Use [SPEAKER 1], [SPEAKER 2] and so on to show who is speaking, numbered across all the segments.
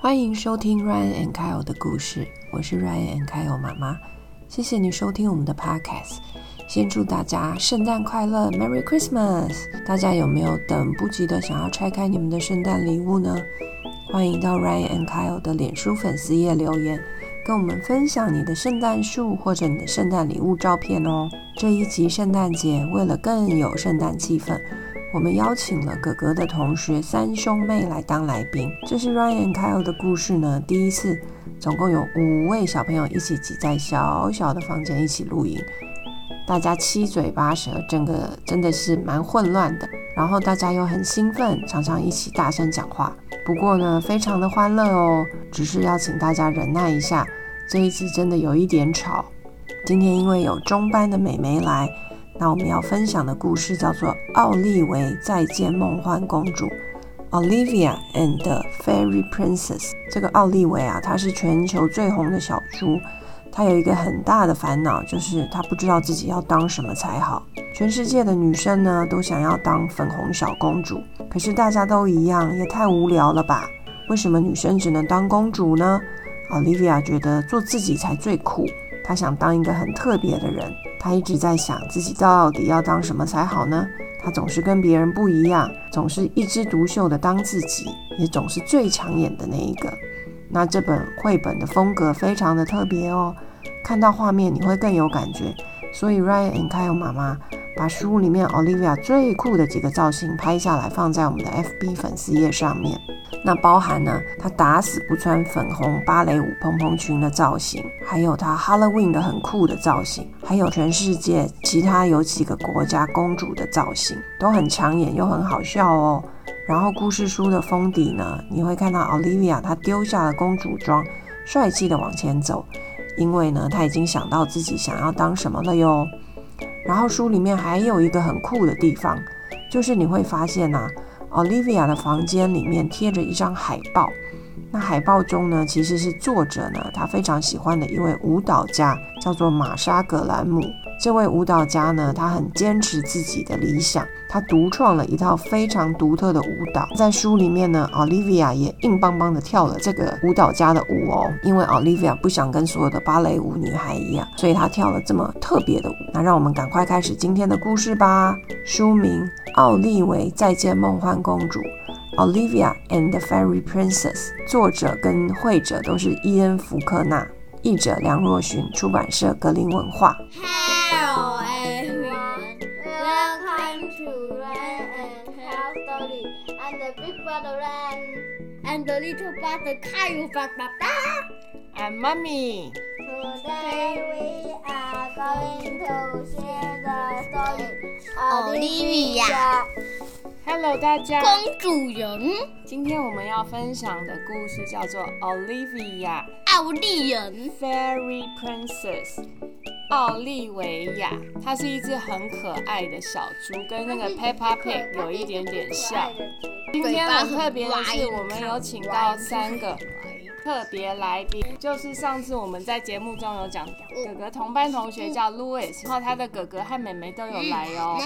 [SPEAKER 1] 欢迎收听 Ryan and Kyle 的故事，我是 Ryan and Kyle 妈妈。谢谢你收听我们的 Podcast。先祝大家圣诞快乐，Merry Christmas！大家有没有等不及的想要拆开你们的圣诞礼物呢？欢迎到 Ryan and Kyle 的脸书粉丝页留言，跟我们分享你的圣诞树或者你的圣诞礼物照片哦。这一集圣诞节，为了更有圣诞气氛，我们邀请了哥哥的同学三兄妹来当来宾。这是 Ryan and Kyle 的故事呢，第一次总共有五位小朋友一起挤在小小的房间一起露营，大家七嘴八舌，整个真的是蛮混乱的。然后大家又很兴奋，常常一起大声讲话。不过呢，非常的欢乐哦，只是要请大家忍耐一下，这一次真的有一点吵。今天因为有中班的美眉来，那我们要分享的故事叫做《奥利维再见梦幻公主》。Olivia and the Fairy Princess。这个奥利维啊，她是全球最红的小猪。她有一个很大的烦恼，就是她不知道自己要当什么才好。全世界的女生呢，都想要当粉红小公主，可是大家都一样，也太无聊了吧？为什么女生只能当公主呢？Olivia 觉得做自己才最酷，她想当一个很特别的人。她一直在想自己到底要当什么才好呢？她总是跟别人不一样，总是一枝独秀的当自己，也总是最抢眼的那一个。那这本绘本的风格非常的特别哦，看到画面你会更有感觉。所以 Ryan and Kyle 妈妈把书里面 Olivia 最酷的几个造型拍下来，放在我们的 FB 粉丝页上面。那包含呢，她打死不穿粉红芭蕾舞蓬蓬裙的造型，还有她 Halloween 的很酷的造型，还有全世界其他有几个国家公主的造型，都很抢眼又很好笑哦。然后故事书的封底呢，你会看到 Olivia 她丢下了公主装，帅气的往前走，因为呢，她已经想到自己想要当什么了哟。然后书里面还有一个很酷的地方，就是你会发现呐、啊、，Olivia 的房间里面贴着一张海报，那海报中呢，其实是作者呢他非常喜欢的一位舞蹈家，叫做玛莎·格兰姆。这位舞蹈家呢，他很坚持自己的理想，他独创了一套非常独特的舞蹈。在书里面呢，Olivia 也硬邦邦的跳了这个舞蹈家的舞哦，因为 Olivia 不想跟所有的芭蕾舞女孩一样，所以她跳了这么特别的舞。那让我们赶快开始今天的故事吧。书名《奥利维再见梦幻公主》。Olivia and the Fairy Princess，作者跟绘者都是伊恩·福克纳，译者梁若寻，出版社格林文化。
[SPEAKER 2] Hello everyone, welcome to Ryan and Hell Story. I'm the big brother Ryan and the little brother Kyle. Ba, ba, ba.
[SPEAKER 3] I'm mommy.
[SPEAKER 2] Today we are going to share the story of
[SPEAKER 4] Olivia.
[SPEAKER 3] Hello，大家。
[SPEAKER 4] 公主人、
[SPEAKER 3] 今天我们要分享的故事叫做《Olivia
[SPEAKER 4] 奥利人、
[SPEAKER 3] Fairy Princess》。奥利维亚，它是一只很可爱的小猪，跟那个 Peppa Pig 有一点点像。今天很特别的是，我们有请到三个特别来宾，就是上次我们在节目中有讲，哥哥同班同学叫
[SPEAKER 4] 嗯
[SPEAKER 3] Louis，然后他的哥哥和妹妹都有来哦。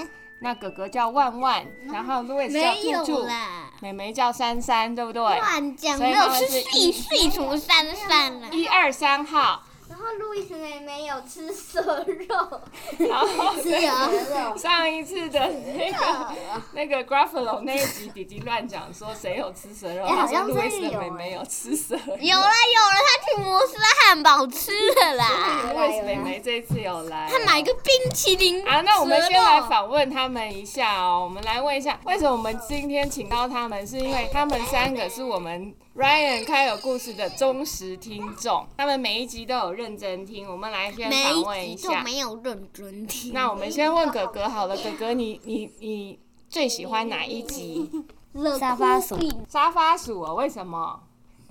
[SPEAKER 3] 那哥哥叫万万，然后 Louis
[SPEAKER 4] 没
[SPEAKER 3] 叫
[SPEAKER 4] 有
[SPEAKER 3] 兔兔，
[SPEAKER 4] 啦，
[SPEAKER 3] 妹妹叫珊珊，对不对？
[SPEAKER 4] 乱讲，
[SPEAKER 3] 所以
[SPEAKER 4] 没
[SPEAKER 3] 他
[SPEAKER 4] 有
[SPEAKER 3] 们
[SPEAKER 4] 是
[SPEAKER 3] 是
[SPEAKER 4] 细细从三三了。
[SPEAKER 3] 一二三 号，
[SPEAKER 2] 然后路易斯妹妹有吃蛇 肉，
[SPEAKER 3] 然后
[SPEAKER 4] 是啊，
[SPEAKER 2] 肉
[SPEAKER 3] 上一次的那个 那个 Gruffalo 那一集，弟弟乱讲说谁有吃蛇肉，
[SPEAKER 2] 哎
[SPEAKER 3] 他
[SPEAKER 2] 好
[SPEAKER 3] 说
[SPEAKER 2] 像
[SPEAKER 3] 路易斯
[SPEAKER 2] 真的
[SPEAKER 3] 的
[SPEAKER 2] 有
[SPEAKER 3] 妹妹有吃蛇肉。
[SPEAKER 4] 哎有啦有啦，他去摩斯汉堡吃了啦，
[SPEAKER 3] 路易斯妹妹这一次有来。
[SPEAKER 4] 他买个冰淇淋。
[SPEAKER 3] 啊，那我们先
[SPEAKER 4] 蛇
[SPEAKER 3] 来
[SPEAKER 4] 肉
[SPEAKER 3] 访问他们一下哦。我们来问一下，为什么我们今天请到他们，是因为他们三个是我们 Ryan 开有故事的忠实听众，他们每一集都有认真听。我们来先
[SPEAKER 4] 每
[SPEAKER 3] 访问一
[SPEAKER 4] 一集都
[SPEAKER 3] 下。
[SPEAKER 4] 没有认真听。
[SPEAKER 3] 那我们先问哥哥好了，哥哥你你你最喜欢哪 一集？
[SPEAKER 4] 沙发鼠
[SPEAKER 3] 沙发鼠哦，为什么？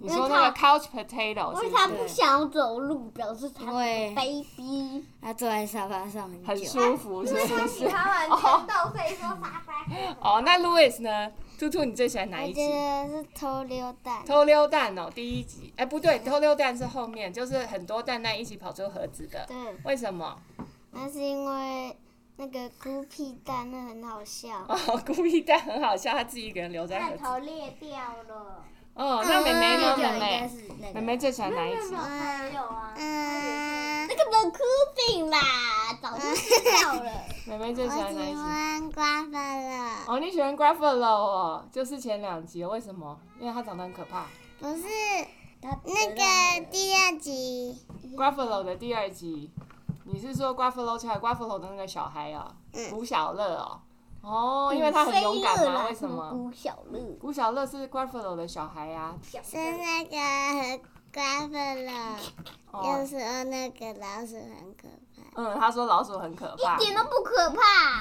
[SPEAKER 3] 你说那个 couch potato
[SPEAKER 2] 因
[SPEAKER 3] 是
[SPEAKER 2] 为
[SPEAKER 3] 不
[SPEAKER 2] 他不
[SPEAKER 3] 是
[SPEAKER 2] 想走路，表示他
[SPEAKER 4] 因为
[SPEAKER 2] baby。
[SPEAKER 4] 他坐在沙发上
[SPEAKER 3] 很舒服？是不是？
[SPEAKER 2] 他玩电动，所以说沙发。
[SPEAKER 3] 哦，那 Louis 呢？兔兔，你最喜欢哪一集？
[SPEAKER 2] 是偷溜蛋。
[SPEAKER 3] 偷溜蛋哦，第一集。哎，不对，偷溜蛋是后面，就是很多蛋蛋一起跑出盒子的。
[SPEAKER 2] 对，
[SPEAKER 3] 为什么？
[SPEAKER 2] 那是因为那个孤僻蛋，那很好笑。
[SPEAKER 3] 哦，孤僻蛋很好笑，他自己一个人留在盒子。
[SPEAKER 2] 裂掉了。
[SPEAKER 3] 嗯，那妹妹呢？
[SPEAKER 2] 这个
[SPEAKER 3] 妹
[SPEAKER 2] 应该
[SPEAKER 3] 妹，
[SPEAKER 2] 是那
[SPEAKER 3] 妹
[SPEAKER 2] 个。
[SPEAKER 3] 妹最喜欢哪一
[SPEAKER 2] 没
[SPEAKER 3] 只？
[SPEAKER 2] 有还有啊，
[SPEAKER 4] 嗯，
[SPEAKER 2] 那个本科病啦，早就知道了。
[SPEAKER 3] 妹妹最
[SPEAKER 4] 我
[SPEAKER 3] 喜欢哪一
[SPEAKER 4] 喜
[SPEAKER 3] 只？
[SPEAKER 4] 欢瓜分了，
[SPEAKER 3] 哦，你喜欢 Gruffalo 哦，就是前两集，为什么？因为它长得很可怕。
[SPEAKER 4] 不是
[SPEAKER 2] 那
[SPEAKER 4] 那个第二集，
[SPEAKER 3] Gruffalo 的第二集，你是说 Gruffalo 出来 Gruffalo 的那个小孩啊、
[SPEAKER 4] 嗯
[SPEAKER 3] 古小乐哦，哦，因为他很勇敢嘛，为什么？
[SPEAKER 2] 吴小乐，
[SPEAKER 3] 古小乐是 Gruffalo 的小孩啊呀、
[SPEAKER 4] 是那个瓜分了，
[SPEAKER 3] 哦
[SPEAKER 4] 又，说那个老鼠很可怕。
[SPEAKER 3] 嗯，他说老鼠很可怕
[SPEAKER 2] 一，点都不可怕，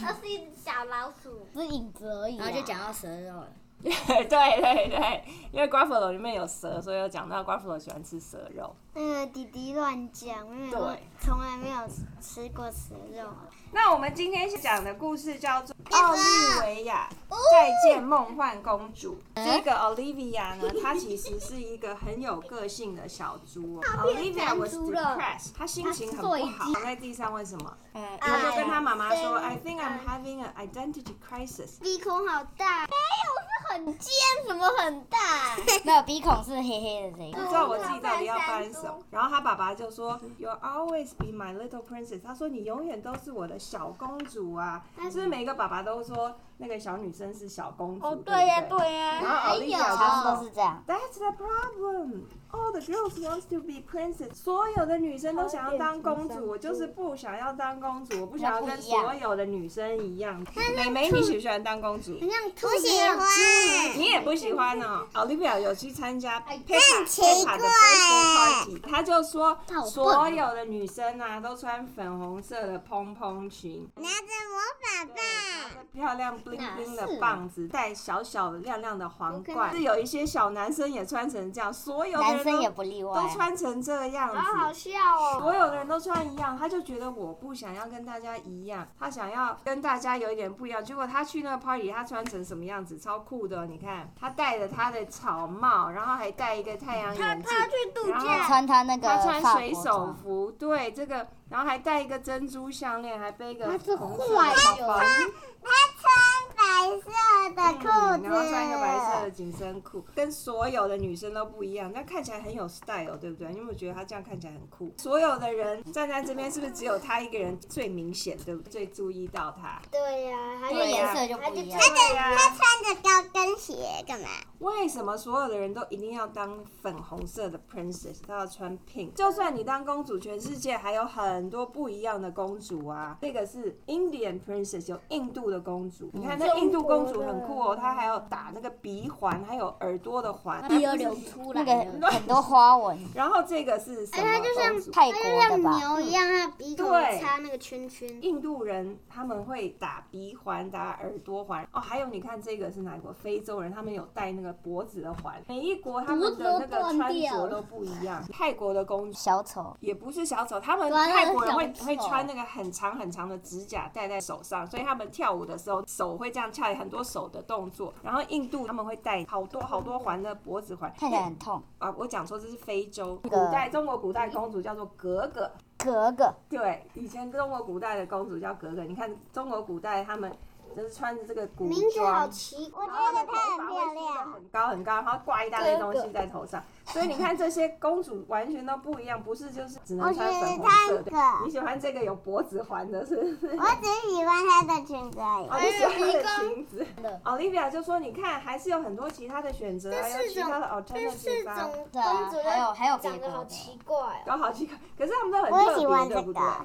[SPEAKER 2] 它是一只小老鼠，是影子而已啊。
[SPEAKER 5] 然后就讲到蛇肉了。
[SPEAKER 3] 对对对，因为 Gruffalo 里面有蛇，所以有讲到 Gruffalo 喜欢吃蛇肉。
[SPEAKER 4] 那个弟弟乱讲，因为我
[SPEAKER 3] 对
[SPEAKER 4] 从来没有吃过蛇肉。
[SPEAKER 3] 那我们今天讲的故事叫做《奥利维亚再见梦幻公主》。这个 Olivia 呢，她其实是一个很有个性的小猪、哦。Olivia was
[SPEAKER 2] 猪了
[SPEAKER 3] depressed，她心情很不好，躺在地上。为什么？她
[SPEAKER 5] 嗯
[SPEAKER 2] 哎
[SPEAKER 3] 就
[SPEAKER 2] 呀
[SPEAKER 3] 跟她妈妈说
[SPEAKER 2] 真
[SPEAKER 3] ：“I think I'm having an identity crisis。
[SPEAKER 2] 鼻孔好大，没有是很尖，怎么很大？
[SPEAKER 5] 没有鼻孔是黑黑的这一
[SPEAKER 3] 不知道我自己到底要搬什么。”然后她爸爸就说：“You'll always be my little princess。”他说：“你永远都是我的小公主啊！”就是每个爸爸都说那个小女生是小公主。哦，对呀，对
[SPEAKER 4] 嗯
[SPEAKER 3] 呀。然后
[SPEAKER 5] 哎
[SPEAKER 3] Olivia 就说
[SPEAKER 5] 都。是这样。
[SPEAKER 3] That's the problem. All the girls wants to be princess. 所有的女生都想要当公主，我就是不想要当公主，我不想要跟所有的女生一样。美美，你喜不喜欢当公主？
[SPEAKER 4] 不喜欢，
[SPEAKER 3] 你也不喜欢呢、哦。Olivia 有去参加 Peppa
[SPEAKER 4] 奇
[SPEAKER 3] Peppa 的 birthday
[SPEAKER 4] 怪
[SPEAKER 3] party，她就说
[SPEAKER 2] 她好笨
[SPEAKER 3] 所有的女生啊都穿粉红色的蓬蓬裙，
[SPEAKER 4] 拿着魔法棒。
[SPEAKER 3] 漂亮 bling bling 的棒子，戴小小亮亮的皇冠。
[SPEAKER 2] 我跟
[SPEAKER 3] 是有一些小男生也穿成这样，所有的人都
[SPEAKER 5] 男生也不例外啊
[SPEAKER 3] 都。穿成这样
[SPEAKER 2] 好好
[SPEAKER 3] 子，
[SPEAKER 2] 笑哦。
[SPEAKER 3] 所有的人都穿一样，他就觉得我不想要跟大家一样，他想要跟大家有一点不一样。结果他去那个 party，他穿成什么样子，超酷的！你看，他戴着他的草帽，然后还戴一个太阳眼镜，
[SPEAKER 2] 去度
[SPEAKER 3] 然后
[SPEAKER 5] 穿他那个
[SPEAKER 3] 他穿
[SPEAKER 5] 法
[SPEAKER 3] 水
[SPEAKER 5] 国
[SPEAKER 3] 手
[SPEAKER 5] 装，
[SPEAKER 3] 服，对这个，然后还戴一个珍珠项链，还背一个
[SPEAKER 2] 他是
[SPEAKER 3] 红色
[SPEAKER 2] 坏
[SPEAKER 3] 的包包。
[SPEAKER 4] 他穿白色的裤
[SPEAKER 3] 嗯
[SPEAKER 4] 子，
[SPEAKER 3] 然后穿一个白色的紧身裤，跟所有的女生都不一样，但看起来很有 style，对不对？你有没有觉得她这样看起来很酷？所有的人站在这边，是不是只有她一个人最明显，对不对？最注意到她？
[SPEAKER 2] 对呀，还
[SPEAKER 5] 因
[SPEAKER 2] 有
[SPEAKER 5] 为
[SPEAKER 3] 对呀
[SPEAKER 5] 颜色就不一样。
[SPEAKER 3] 对呀、
[SPEAKER 4] 他穿着高跟鞋干嘛？
[SPEAKER 3] 为什么所有的人都一定要当粉红色的 princess，都要穿 pink？就算你当公主，全世界还有很多不一样的公主啊。这个是 Indian princess，有印度的公主。你看那印度公主很酷哦，她还有打那个鼻环，还有耳朵的环。
[SPEAKER 2] 鼻儿流出来
[SPEAKER 5] 那
[SPEAKER 2] 了。
[SPEAKER 5] 个很多花纹，
[SPEAKER 3] 然后这个是什么公主？
[SPEAKER 5] 泰
[SPEAKER 4] 就
[SPEAKER 5] 国
[SPEAKER 4] 像
[SPEAKER 5] 的吧？
[SPEAKER 4] 牛一样，他鼻孔
[SPEAKER 3] 对
[SPEAKER 4] 插那个圈圈。
[SPEAKER 3] 印度人他们会打鼻环、打耳朵环哦，还有你看这个是哪国？非洲人他们有戴那个脖子的环，每一国他们的那个
[SPEAKER 2] 脖子
[SPEAKER 3] 穿
[SPEAKER 2] 都断掉
[SPEAKER 3] 着
[SPEAKER 2] 了
[SPEAKER 3] 都不一样。泰国的公主
[SPEAKER 5] 小丑，
[SPEAKER 3] 也不是小丑，他们
[SPEAKER 2] 完了
[SPEAKER 3] 泰国人会
[SPEAKER 2] 小丑
[SPEAKER 3] 会穿那个很长很长的指甲戴在手上，所以他们跳舞的时候手会这样翘，很多手的动作。然后印度他们会戴好多好多环的脖子环，
[SPEAKER 5] 看起来很痛。
[SPEAKER 3] 啊，我讲说这是非洲古
[SPEAKER 5] 个
[SPEAKER 3] 代中国古代公主叫做格格。
[SPEAKER 5] 格格，
[SPEAKER 3] 对，以前中国古代的公主叫格格，你看中国古代他们就是穿着这个古
[SPEAKER 4] 名字好
[SPEAKER 3] 装，
[SPEAKER 4] 奇，我觉
[SPEAKER 3] 然后她
[SPEAKER 4] 得
[SPEAKER 3] 的头
[SPEAKER 4] 她很漂
[SPEAKER 3] 发会梳得
[SPEAKER 4] 亮。
[SPEAKER 3] 很高很高，然后挂一大堆东西在头上，所以你看这些公主完全都不一样，不是就是只能
[SPEAKER 4] 我觉
[SPEAKER 3] 穿嗯粉
[SPEAKER 4] 得
[SPEAKER 3] 红
[SPEAKER 4] 她
[SPEAKER 3] 色
[SPEAKER 4] 很
[SPEAKER 3] 的
[SPEAKER 4] 可。爱，
[SPEAKER 3] 你喜欢这个有脖子环的是不是？
[SPEAKER 4] 我只喜欢她的裙子而已。
[SPEAKER 3] 哦，你喜欢的裙子。Olivia 哦就说：“你看，还是有很多其他的选择啊，还有其他的 alternative 啊，
[SPEAKER 5] 对啊，还有还有别
[SPEAKER 2] 长得
[SPEAKER 5] 国
[SPEAKER 2] 好
[SPEAKER 5] 的，
[SPEAKER 2] 奇怪哦，
[SPEAKER 3] 搞好几个，可是他们都很
[SPEAKER 4] 我也
[SPEAKER 3] 特
[SPEAKER 4] 喜欢
[SPEAKER 3] 别，对不对
[SPEAKER 4] 这个？”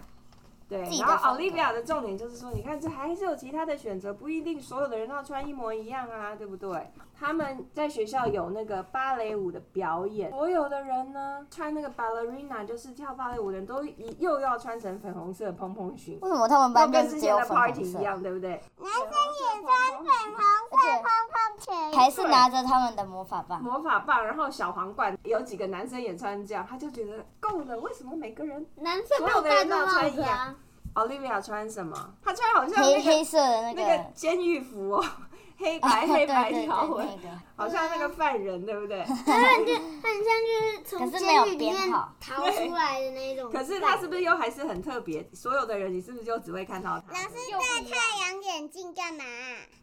[SPEAKER 3] 对，
[SPEAKER 5] 己的
[SPEAKER 3] 然后
[SPEAKER 5] 风格
[SPEAKER 3] Olivia 的重点就是说，你看这还是有其他的选择，不一定所有的人都要穿一模一样啊，对不对？他们在学校有那个芭蕾舞的表演，所有的人呢穿那个 ballerina 就是跳芭蕾舞的人都一又要穿成粉红色的蓬蓬裙，
[SPEAKER 5] 为什么他们
[SPEAKER 3] 要
[SPEAKER 5] 班就
[SPEAKER 3] 跟
[SPEAKER 5] 是
[SPEAKER 3] 之
[SPEAKER 5] 只
[SPEAKER 3] 前
[SPEAKER 5] 有
[SPEAKER 3] 的
[SPEAKER 5] 粉
[SPEAKER 3] party
[SPEAKER 5] 红
[SPEAKER 3] 一
[SPEAKER 5] 色，
[SPEAKER 3] 样，对不对？
[SPEAKER 4] 男生也穿粉红色
[SPEAKER 5] 而
[SPEAKER 4] 蓬蓬
[SPEAKER 5] 且
[SPEAKER 4] 裙，
[SPEAKER 5] 还是拿着他们的魔法棒？
[SPEAKER 3] 魔法棒，然后小皇冠，有几个男生也穿这样，他就觉得够了，为什么每个人
[SPEAKER 2] 男生没有戴过帽子 啊，
[SPEAKER 3] Olivia 穿什么？她穿好像那
[SPEAKER 5] 黑
[SPEAKER 3] 个
[SPEAKER 5] 黑色的那
[SPEAKER 3] 那个
[SPEAKER 5] 个
[SPEAKER 3] 监狱服哦， 黑
[SPEAKER 5] 啊
[SPEAKER 3] 白黑白
[SPEAKER 5] 对对对
[SPEAKER 3] 条纹，
[SPEAKER 5] 那个
[SPEAKER 3] 好像那个犯人，对不 对？
[SPEAKER 2] 很像就是从
[SPEAKER 5] 可是没有
[SPEAKER 2] 监狱里
[SPEAKER 5] 编
[SPEAKER 2] 面
[SPEAKER 5] 号
[SPEAKER 2] 逃出来的那种。
[SPEAKER 3] 可是他是不是又还是很特别？所有的人，你是不是就只会看到他？
[SPEAKER 2] 戴太阳眼镜干嘛？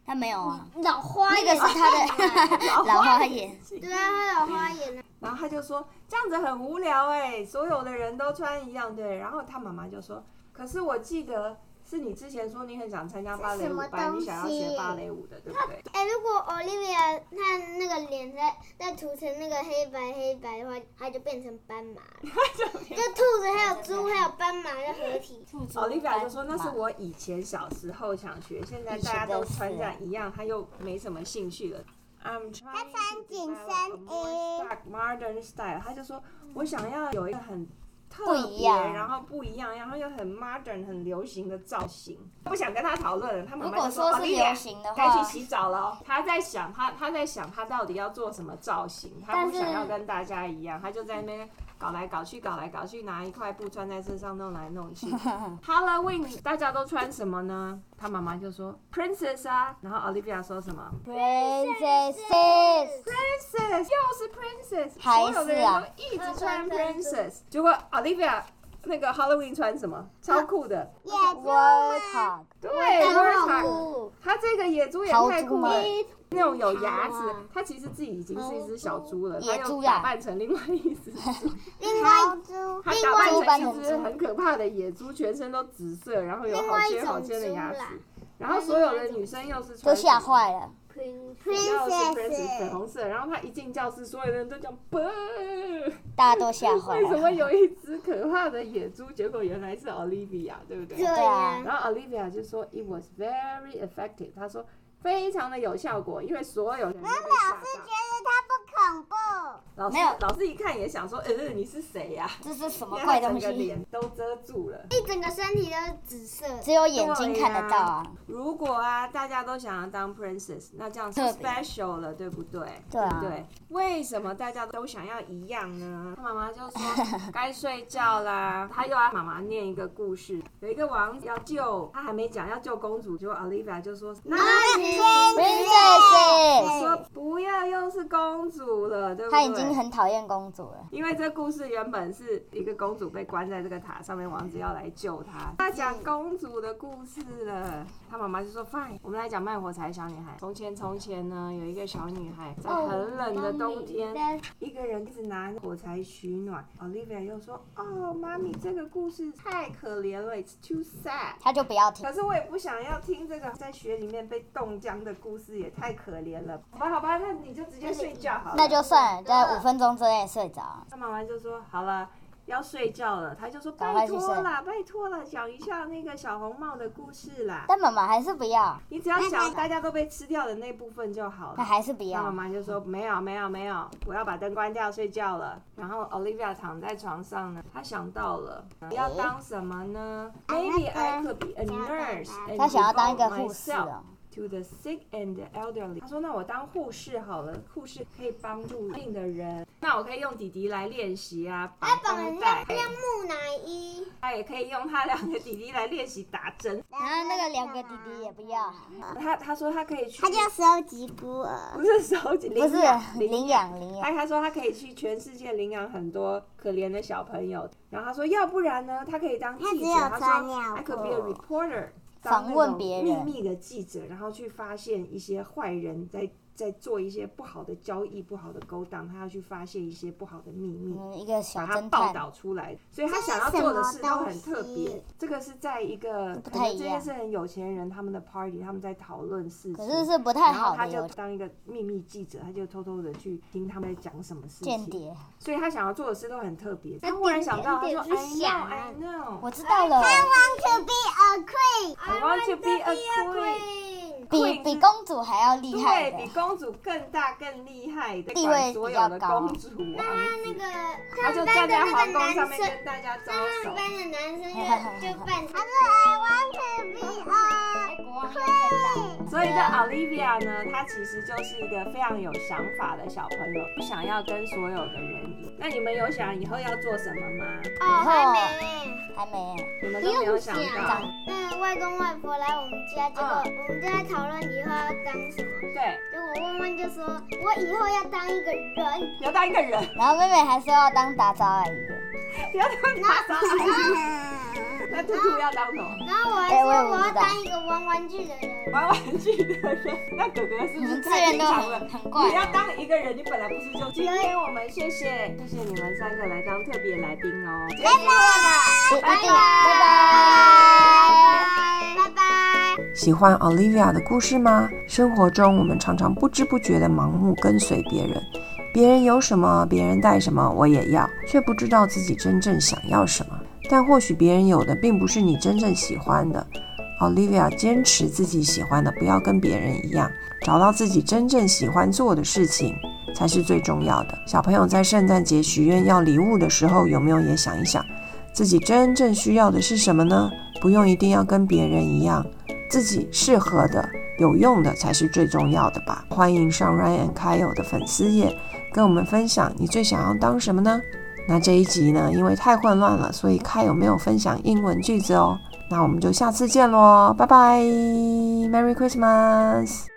[SPEAKER 5] 他没有啊，
[SPEAKER 2] 老花
[SPEAKER 5] 那
[SPEAKER 2] 眼。
[SPEAKER 5] 个是他 的老花眼。
[SPEAKER 2] 对啊，他老花眼啊。
[SPEAKER 3] 然后他就说这样子很无聊哎、所有的人都穿一样对。然后他妈妈就说，可是我记得是你之前说你很想参加芭蕾舞
[SPEAKER 2] 是什么
[SPEAKER 3] 班，
[SPEAKER 2] 东
[SPEAKER 3] 你
[SPEAKER 2] 西
[SPEAKER 3] 想要学芭蕾舞的，对不对？
[SPEAKER 2] 哎、如果 Olivia 她那个脸再再涂成那个黑白黑白的话，她就变成斑马 了。就兔子还有猪还有斑马就合 体。
[SPEAKER 5] 兔子
[SPEAKER 3] 奥利
[SPEAKER 5] 斑
[SPEAKER 3] 哦亚就说那是
[SPEAKER 5] 马
[SPEAKER 3] 我以前小时候想学，现在大家都穿这样一样，他又没什么兴趣了。I'm trying 他
[SPEAKER 2] 穿紧身衣
[SPEAKER 3] modern style，他就说我想要有一个很
[SPEAKER 5] 不
[SPEAKER 3] 特
[SPEAKER 5] 一
[SPEAKER 3] 别，
[SPEAKER 5] 样
[SPEAKER 3] 然后不一样，然后又很 modern 很流行的造型。不想跟他讨论了，他妈
[SPEAKER 5] 如
[SPEAKER 3] 妈
[SPEAKER 5] 果
[SPEAKER 3] 就说
[SPEAKER 5] 说
[SPEAKER 3] 奥
[SPEAKER 5] 是
[SPEAKER 3] 利
[SPEAKER 5] 流
[SPEAKER 3] 亚。
[SPEAKER 5] 行的
[SPEAKER 3] 该去
[SPEAKER 5] 话，
[SPEAKER 3] 洗澡了哦。他在想，他他在想，他到底要做什么造型？他
[SPEAKER 2] 但
[SPEAKER 3] 不
[SPEAKER 2] 是
[SPEAKER 3] 想要跟大家一样，他就在那边搞来搞去，搞来搞去，拿一块布穿在身上弄来弄 去。Halloween 大家都穿什么呢？他妈妈就说 Princess 啊，然后 Olivia 说什么
[SPEAKER 5] Princesses，
[SPEAKER 3] Princess，又是 Princess，
[SPEAKER 5] 还
[SPEAKER 3] 所
[SPEAKER 5] 是啊
[SPEAKER 3] 有的人都一直穿 Princess，结果 Olivia 那个 Halloween 穿什么？超酷的，
[SPEAKER 5] w o r t o
[SPEAKER 3] 对，
[SPEAKER 2] 好
[SPEAKER 3] Warthog
[SPEAKER 2] 酷，
[SPEAKER 3] 他这个野猪也
[SPEAKER 5] 豪
[SPEAKER 3] 太
[SPEAKER 5] 猪
[SPEAKER 3] 酷
[SPEAKER 5] 吗
[SPEAKER 3] 了。那种有牙齿
[SPEAKER 2] 好啊，哦
[SPEAKER 3] 它其实自己已经是一只小猪了，它
[SPEAKER 5] 野
[SPEAKER 3] 又
[SPEAKER 5] 猪
[SPEAKER 3] 打
[SPEAKER 5] 呀
[SPEAKER 3] 扮成另外一 只猪，
[SPEAKER 2] 另外猪，
[SPEAKER 3] 它
[SPEAKER 2] 另
[SPEAKER 3] 打
[SPEAKER 2] 外
[SPEAKER 5] 猪
[SPEAKER 3] 扮
[SPEAKER 5] 扮
[SPEAKER 3] 成一
[SPEAKER 5] 成
[SPEAKER 3] 只
[SPEAKER 5] 猪
[SPEAKER 3] 很可怕的野猪，全身都紫色，然后有
[SPEAKER 2] 另
[SPEAKER 3] 好
[SPEAKER 2] 外一
[SPEAKER 3] 尖好
[SPEAKER 2] 种
[SPEAKER 3] 尖的
[SPEAKER 2] 猪
[SPEAKER 3] 牙齿
[SPEAKER 2] 啦。
[SPEAKER 3] 然后所有的女生又是
[SPEAKER 5] 都
[SPEAKER 3] 穿
[SPEAKER 5] 吓坏了。
[SPEAKER 3] 主要是
[SPEAKER 2] Princess
[SPEAKER 3] 粉红色，然后她一进教室，所有人都讲不，
[SPEAKER 5] 大家都吓
[SPEAKER 2] 啊
[SPEAKER 5] 坏
[SPEAKER 3] 为什么
[SPEAKER 5] 了。
[SPEAKER 3] 有一只可怕的野猪？结果原来是 Olivia，对不
[SPEAKER 2] 对
[SPEAKER 3] 对？
[SPEAKER 5] 对啊
[SPEAKER 2] 呀、
[SPEAKER 3] 然后 Olivia 就说 It was very effective，她说非常的有效果，因为所有人都被吓到。
[SPEAKER 2] 恐怖。
[SPEAKER 3] 老师
[SPEAKER 5] 没有
[SPEAKER 3] 老师一看也想说，呃，你是谁呀、
[SPEAKER 5] 这是什
[SPEAKER 3] 因
[SPEAKER 5] 么
[SPEAKER 3] 为
[SPEAKER 5] 怪
[SPEAKER 3] 他
[SPEAKER 5] 东
[SPEAKER 3] 整个
[SPEAKER 5] 西？
[SPEAKER 3] 脸都遮住了。
[SPEAKER 2] 一整个身体都是紫色的。
[SPEAKER 5] 只有眼睛看得到啊。
[SPEAKER 3] 如果啊，大家都想要当 princess，那这样是
[SPEAKER 5] 特别
[SPEAKER 3] special 了，对不对？
[SPEAKER 5] 对啊
[SPEAKER 3] 不对，为什么大家都想要一样呢？他妈妈就 说该睡觉啦，他又要妈妈念一个故事，有一个王子要救，他还没讲要救公主，结果 Olivia 就说那啊我
[SPEAKER 5] Princesses，
[SPEAKER 3] 说不要，又是公主了，对不对？
[SPEAKER 5] 他已经很讨厌公主了。
[SPEAKER 3] 因为这故事原本是一个公主被关在这个塔上面，王子要来救她。他讲公主的故事了，她妈妈就说：“Fine，我们来讲慢活才小女孩。从前从前呢，有一个小女孩在很冷的冬
[SPEAKER 2] 哦
[SPEAKER 3] 天，一个人一直拿火柴取暖。Olivia 又说：‘哦，妈咪，这个故事太可怜了，It's too sad。’
[SPEAKER 5] 他就不要听
[SPEAKER 3] 可。是我也不想要听这个在雪里面被冻僵的故事，也太可怜了。好吧，好吧，那你就直接睡觉好了。
[SPEAKER 5] 那就算了，在五分钟之内睡着。
[SPEAKER 3] 他妈妈就说：“好了，要睡觉了。”他就说：“
[SPEAKER 5] 赶
[SPEAKER 3] 拜
[SPEAKER 5] 快去
[SPEAKER 3] 托啦，拜托啦，讲一下那个小红帽的故事啦。
[SPEAKER 5] 但妈妈还是不要，
[SPEAKER 3] 你只要讲大家都被吃掉的那部分就好
[SPEAKER 5] 她
[SPEAKER 3] 了。”
[SPEAKER 5] 还是不
[SPEAKER 3] 那妈
[SPEAKER 5] 要。
[SPEAKER 3] 妈就说：“没有，没有，没有，我要把灯关掉睡觉了。”然后 Olivia 躺在床上呢，她想到了要当什么呢？Maybe
[SPEAKER 5] 哎
[SPEAKER 3] I could be a nurse and
[SPEAKER 5] 啊她想要当一个
[SPEAKER 3] devote
[SPEAKER 5] 护士
[SPEAKER 3] myself
[SPEAKER 5] 哦。
[SPEAKER 3] to the sick and the elderly。他说：“那我当护士好了，护士可以帮助病的人。那我可以用弟弟来练习啊，绑绷带。
[SPEAKER 2] 木乃伊，
[SPEAKER 3] 他也可以用他两个弟弟来练习打针。
[SPEAKER 5] 然后那个两个弟弟也不要，
[SPEAKER 3] 他他说他可以去，
[SPEAKER 2] 收集孤儿。
[SPEAKER 3] 不是收集，
[SPEAKER 5] 不是
[SPEAKER 3] 领养领
[SPEAKER 5] 领养领养。
[SPEAKER 3] 他他说他可以去全世界领养很多可怜的小朋友，然后他说要不然呢，他可以当记
[SPEAKER 2] 只
[SPEAKER 3] 者，
[SPEAKER 2] 有
[SPEAKER 3] 他
[SPEAKER 2] 穿
[SPEAKER 3] 说
[SPEAKER 2] 尿
[SPEAKER 3] I could be a
[SPEAKER 2] 布
[SPEAKER 3] reporter，当
[SPEAKER 5] 访
[SPEAKER 3] 那
[SPEAKER 5] 问
[SPEAKER 3] 种
[SPEAKER 5] 别
[SPEAKER 3] 秘
[SPEAKER 5] 人
[SPEAKER 3] 密的记者，然后去发现一些坏人在在做一些不好的交易、不好的勾当，他要去发现一些不好的秘密。
[SPEAKER 5] 嗯，一个小
[SPEAKER 3] 把它
[SPEAKER 5] 侦
[SPEAKER 3] 报
[SPEAKER 5] 探，
[SPEAKER 3] 道出来，所以他想要做的事都很特
[SPEAKER 2] 这是什么东
[SPEAKER 3] 别
[SPEAKER 2] 西。
[SPEAKER 3] 这个是在一个
[SPEAKER 5] 不
[SPEAKER 3] 可
[SPEAKER 5] 太
[SPEAKER 3] 能
[SPEAKER 5] 一样
[SPEAKER 3] 这些是很有钱人他们的 party，他们在讨论事情。
[SPEAKER 5] 可是是不太
[SPEAKER 3] 然后
[SPEAKER 5] 好
[SPEAKER 3] 他
[SPEAKER 5] 的
[SPEAKER 3] 就
[SPEAKER 5] 有
[SPEAKER 3] 当一个秘密记者，他就偷偷的去听他们在讲什么事
[SPEAKER 5] 间
[SPEAKER 3] 情。
[SPEAKER 5] 谍。
[SPEAKER 3] 所以他想要做的事都很特别。他忽然想到，他
[SPEAKER 2] 点
[SPEAKER 3] 说
[SPEAKER 2] 点是想
[SPEAKER 3] ：“I know, I know,
[SPEAKER 5] 我知道了，
[SPEAKER 2] To be a queen,
[SPEAKER 3] I want to be a queen。
[SPEAKER 2] queen.
[SPEAKER 5] 比比公主还要”厉害
[SPEAKER 3] 对比
[SPEAKER 5] 的，
[SPEAKER 3] 公主更大更厉害的，
[SPEAKER 5] 地位
[SPEAKER 3] 所
[SPEAKER 5] 比
[SPEAKER 3] 有
[SPEAKER 5] 较
[SPEAKER 3] 的
[SPEAKER 5] 高
[SPEAKER 3] 公主王
[SPEAKER 2] 那
[SPEAKER 3] 子，
[SPEAKER 2] 个
[SPEAKER 3] 他就站在皇宫上面跟大家招手。
[SPEAKER 2] 班的男生就就扮成。I want to be a
[SPEAKER 3] 所以这 Olivia 呢，她其实就是一个非常有想法的小朋友，不想要跟所有的人一样。那你们有想以后要做什么吗？
[SPEAKER 2] 哦，还没。
[SPEAKER 5] 还没
[SPEAKER 3] 你们都没有想
[SPEAKER 2] 不用
[SPEAKER 3] 到
[SPEAKER 2] 想。那外公外婆来我们家，结
[SPEAKER 5] 哦
[SPEAKER 2] 果我们就在讨论以后要当什么。
[SPEAKER 3] 对，
[SPEAKER 2] 结果问问就说，我以后要当一个人。
[SPEAKER 3] 你要当一个人，
[SPEAKER 5] 然后妹妹还说要当打扫阿姨。
[SPEAKER 3] 你要当打扫阿姨。那兔兔要当什么？
[SPEAKER 2] 然后我还
[SPEAKER 5] 哎
[SPEAKER 2] 说
[SPEAKER 5] 我也不
[SPEAKER 2] 我要
[SPEAKER 5] 知道
[SPEAKER 2] 当一个玩玩具的人。
[SPEAKER 3] 玩玩具的人，那哥哥是不
[SPEAKER 5] 你
[SPEAKER 3] 是
[SPEAKER 5] 们资
[SPEAKER 3] 太
[SPEAKER 5] 源
[SPEAKER 3] 平
[SPEAKER 5] 都
[SPEAKER 3] 常了
[SPEAKER 5] 很？很怪
[SPEAKER 3] 你要
[SPEAKER 5] 哦。
[SPEAKER 3] 当一个人，你本来不是就今天我们谢谢谢谢你们三个来当特别来宾哦。
[SPEAKER 5] 一一定，拜拜。
[SPEAKER 1] 喜欢 Olivia 的故事吗？生活中我们常常不知不觉地盲目跟随别人，别人有什么，别人带什么，我也要，却不知道自己真正想要什么。但或许别人有的并不是你真正喜欢的。Olivia 坚持自己喜欢的，不要跟别人一样，找到自己真正喜欢做的事情才是最重要的。小朋友在圣诞节许愿要礼物的时候，有没有也想一想，自己真正需要的是什么呢？不用一定要跟别人一样。自己适合的、有用的才是最重要的吧。欢迎上 Ryan and Kyle 的粉丝页，跟我们分享你最想要当什么呢？那这一集呢，因为太混乱了，所以 Kyle 没有分享英文句子哦。那我们就下次见喽，拜拜，Merry Christmas。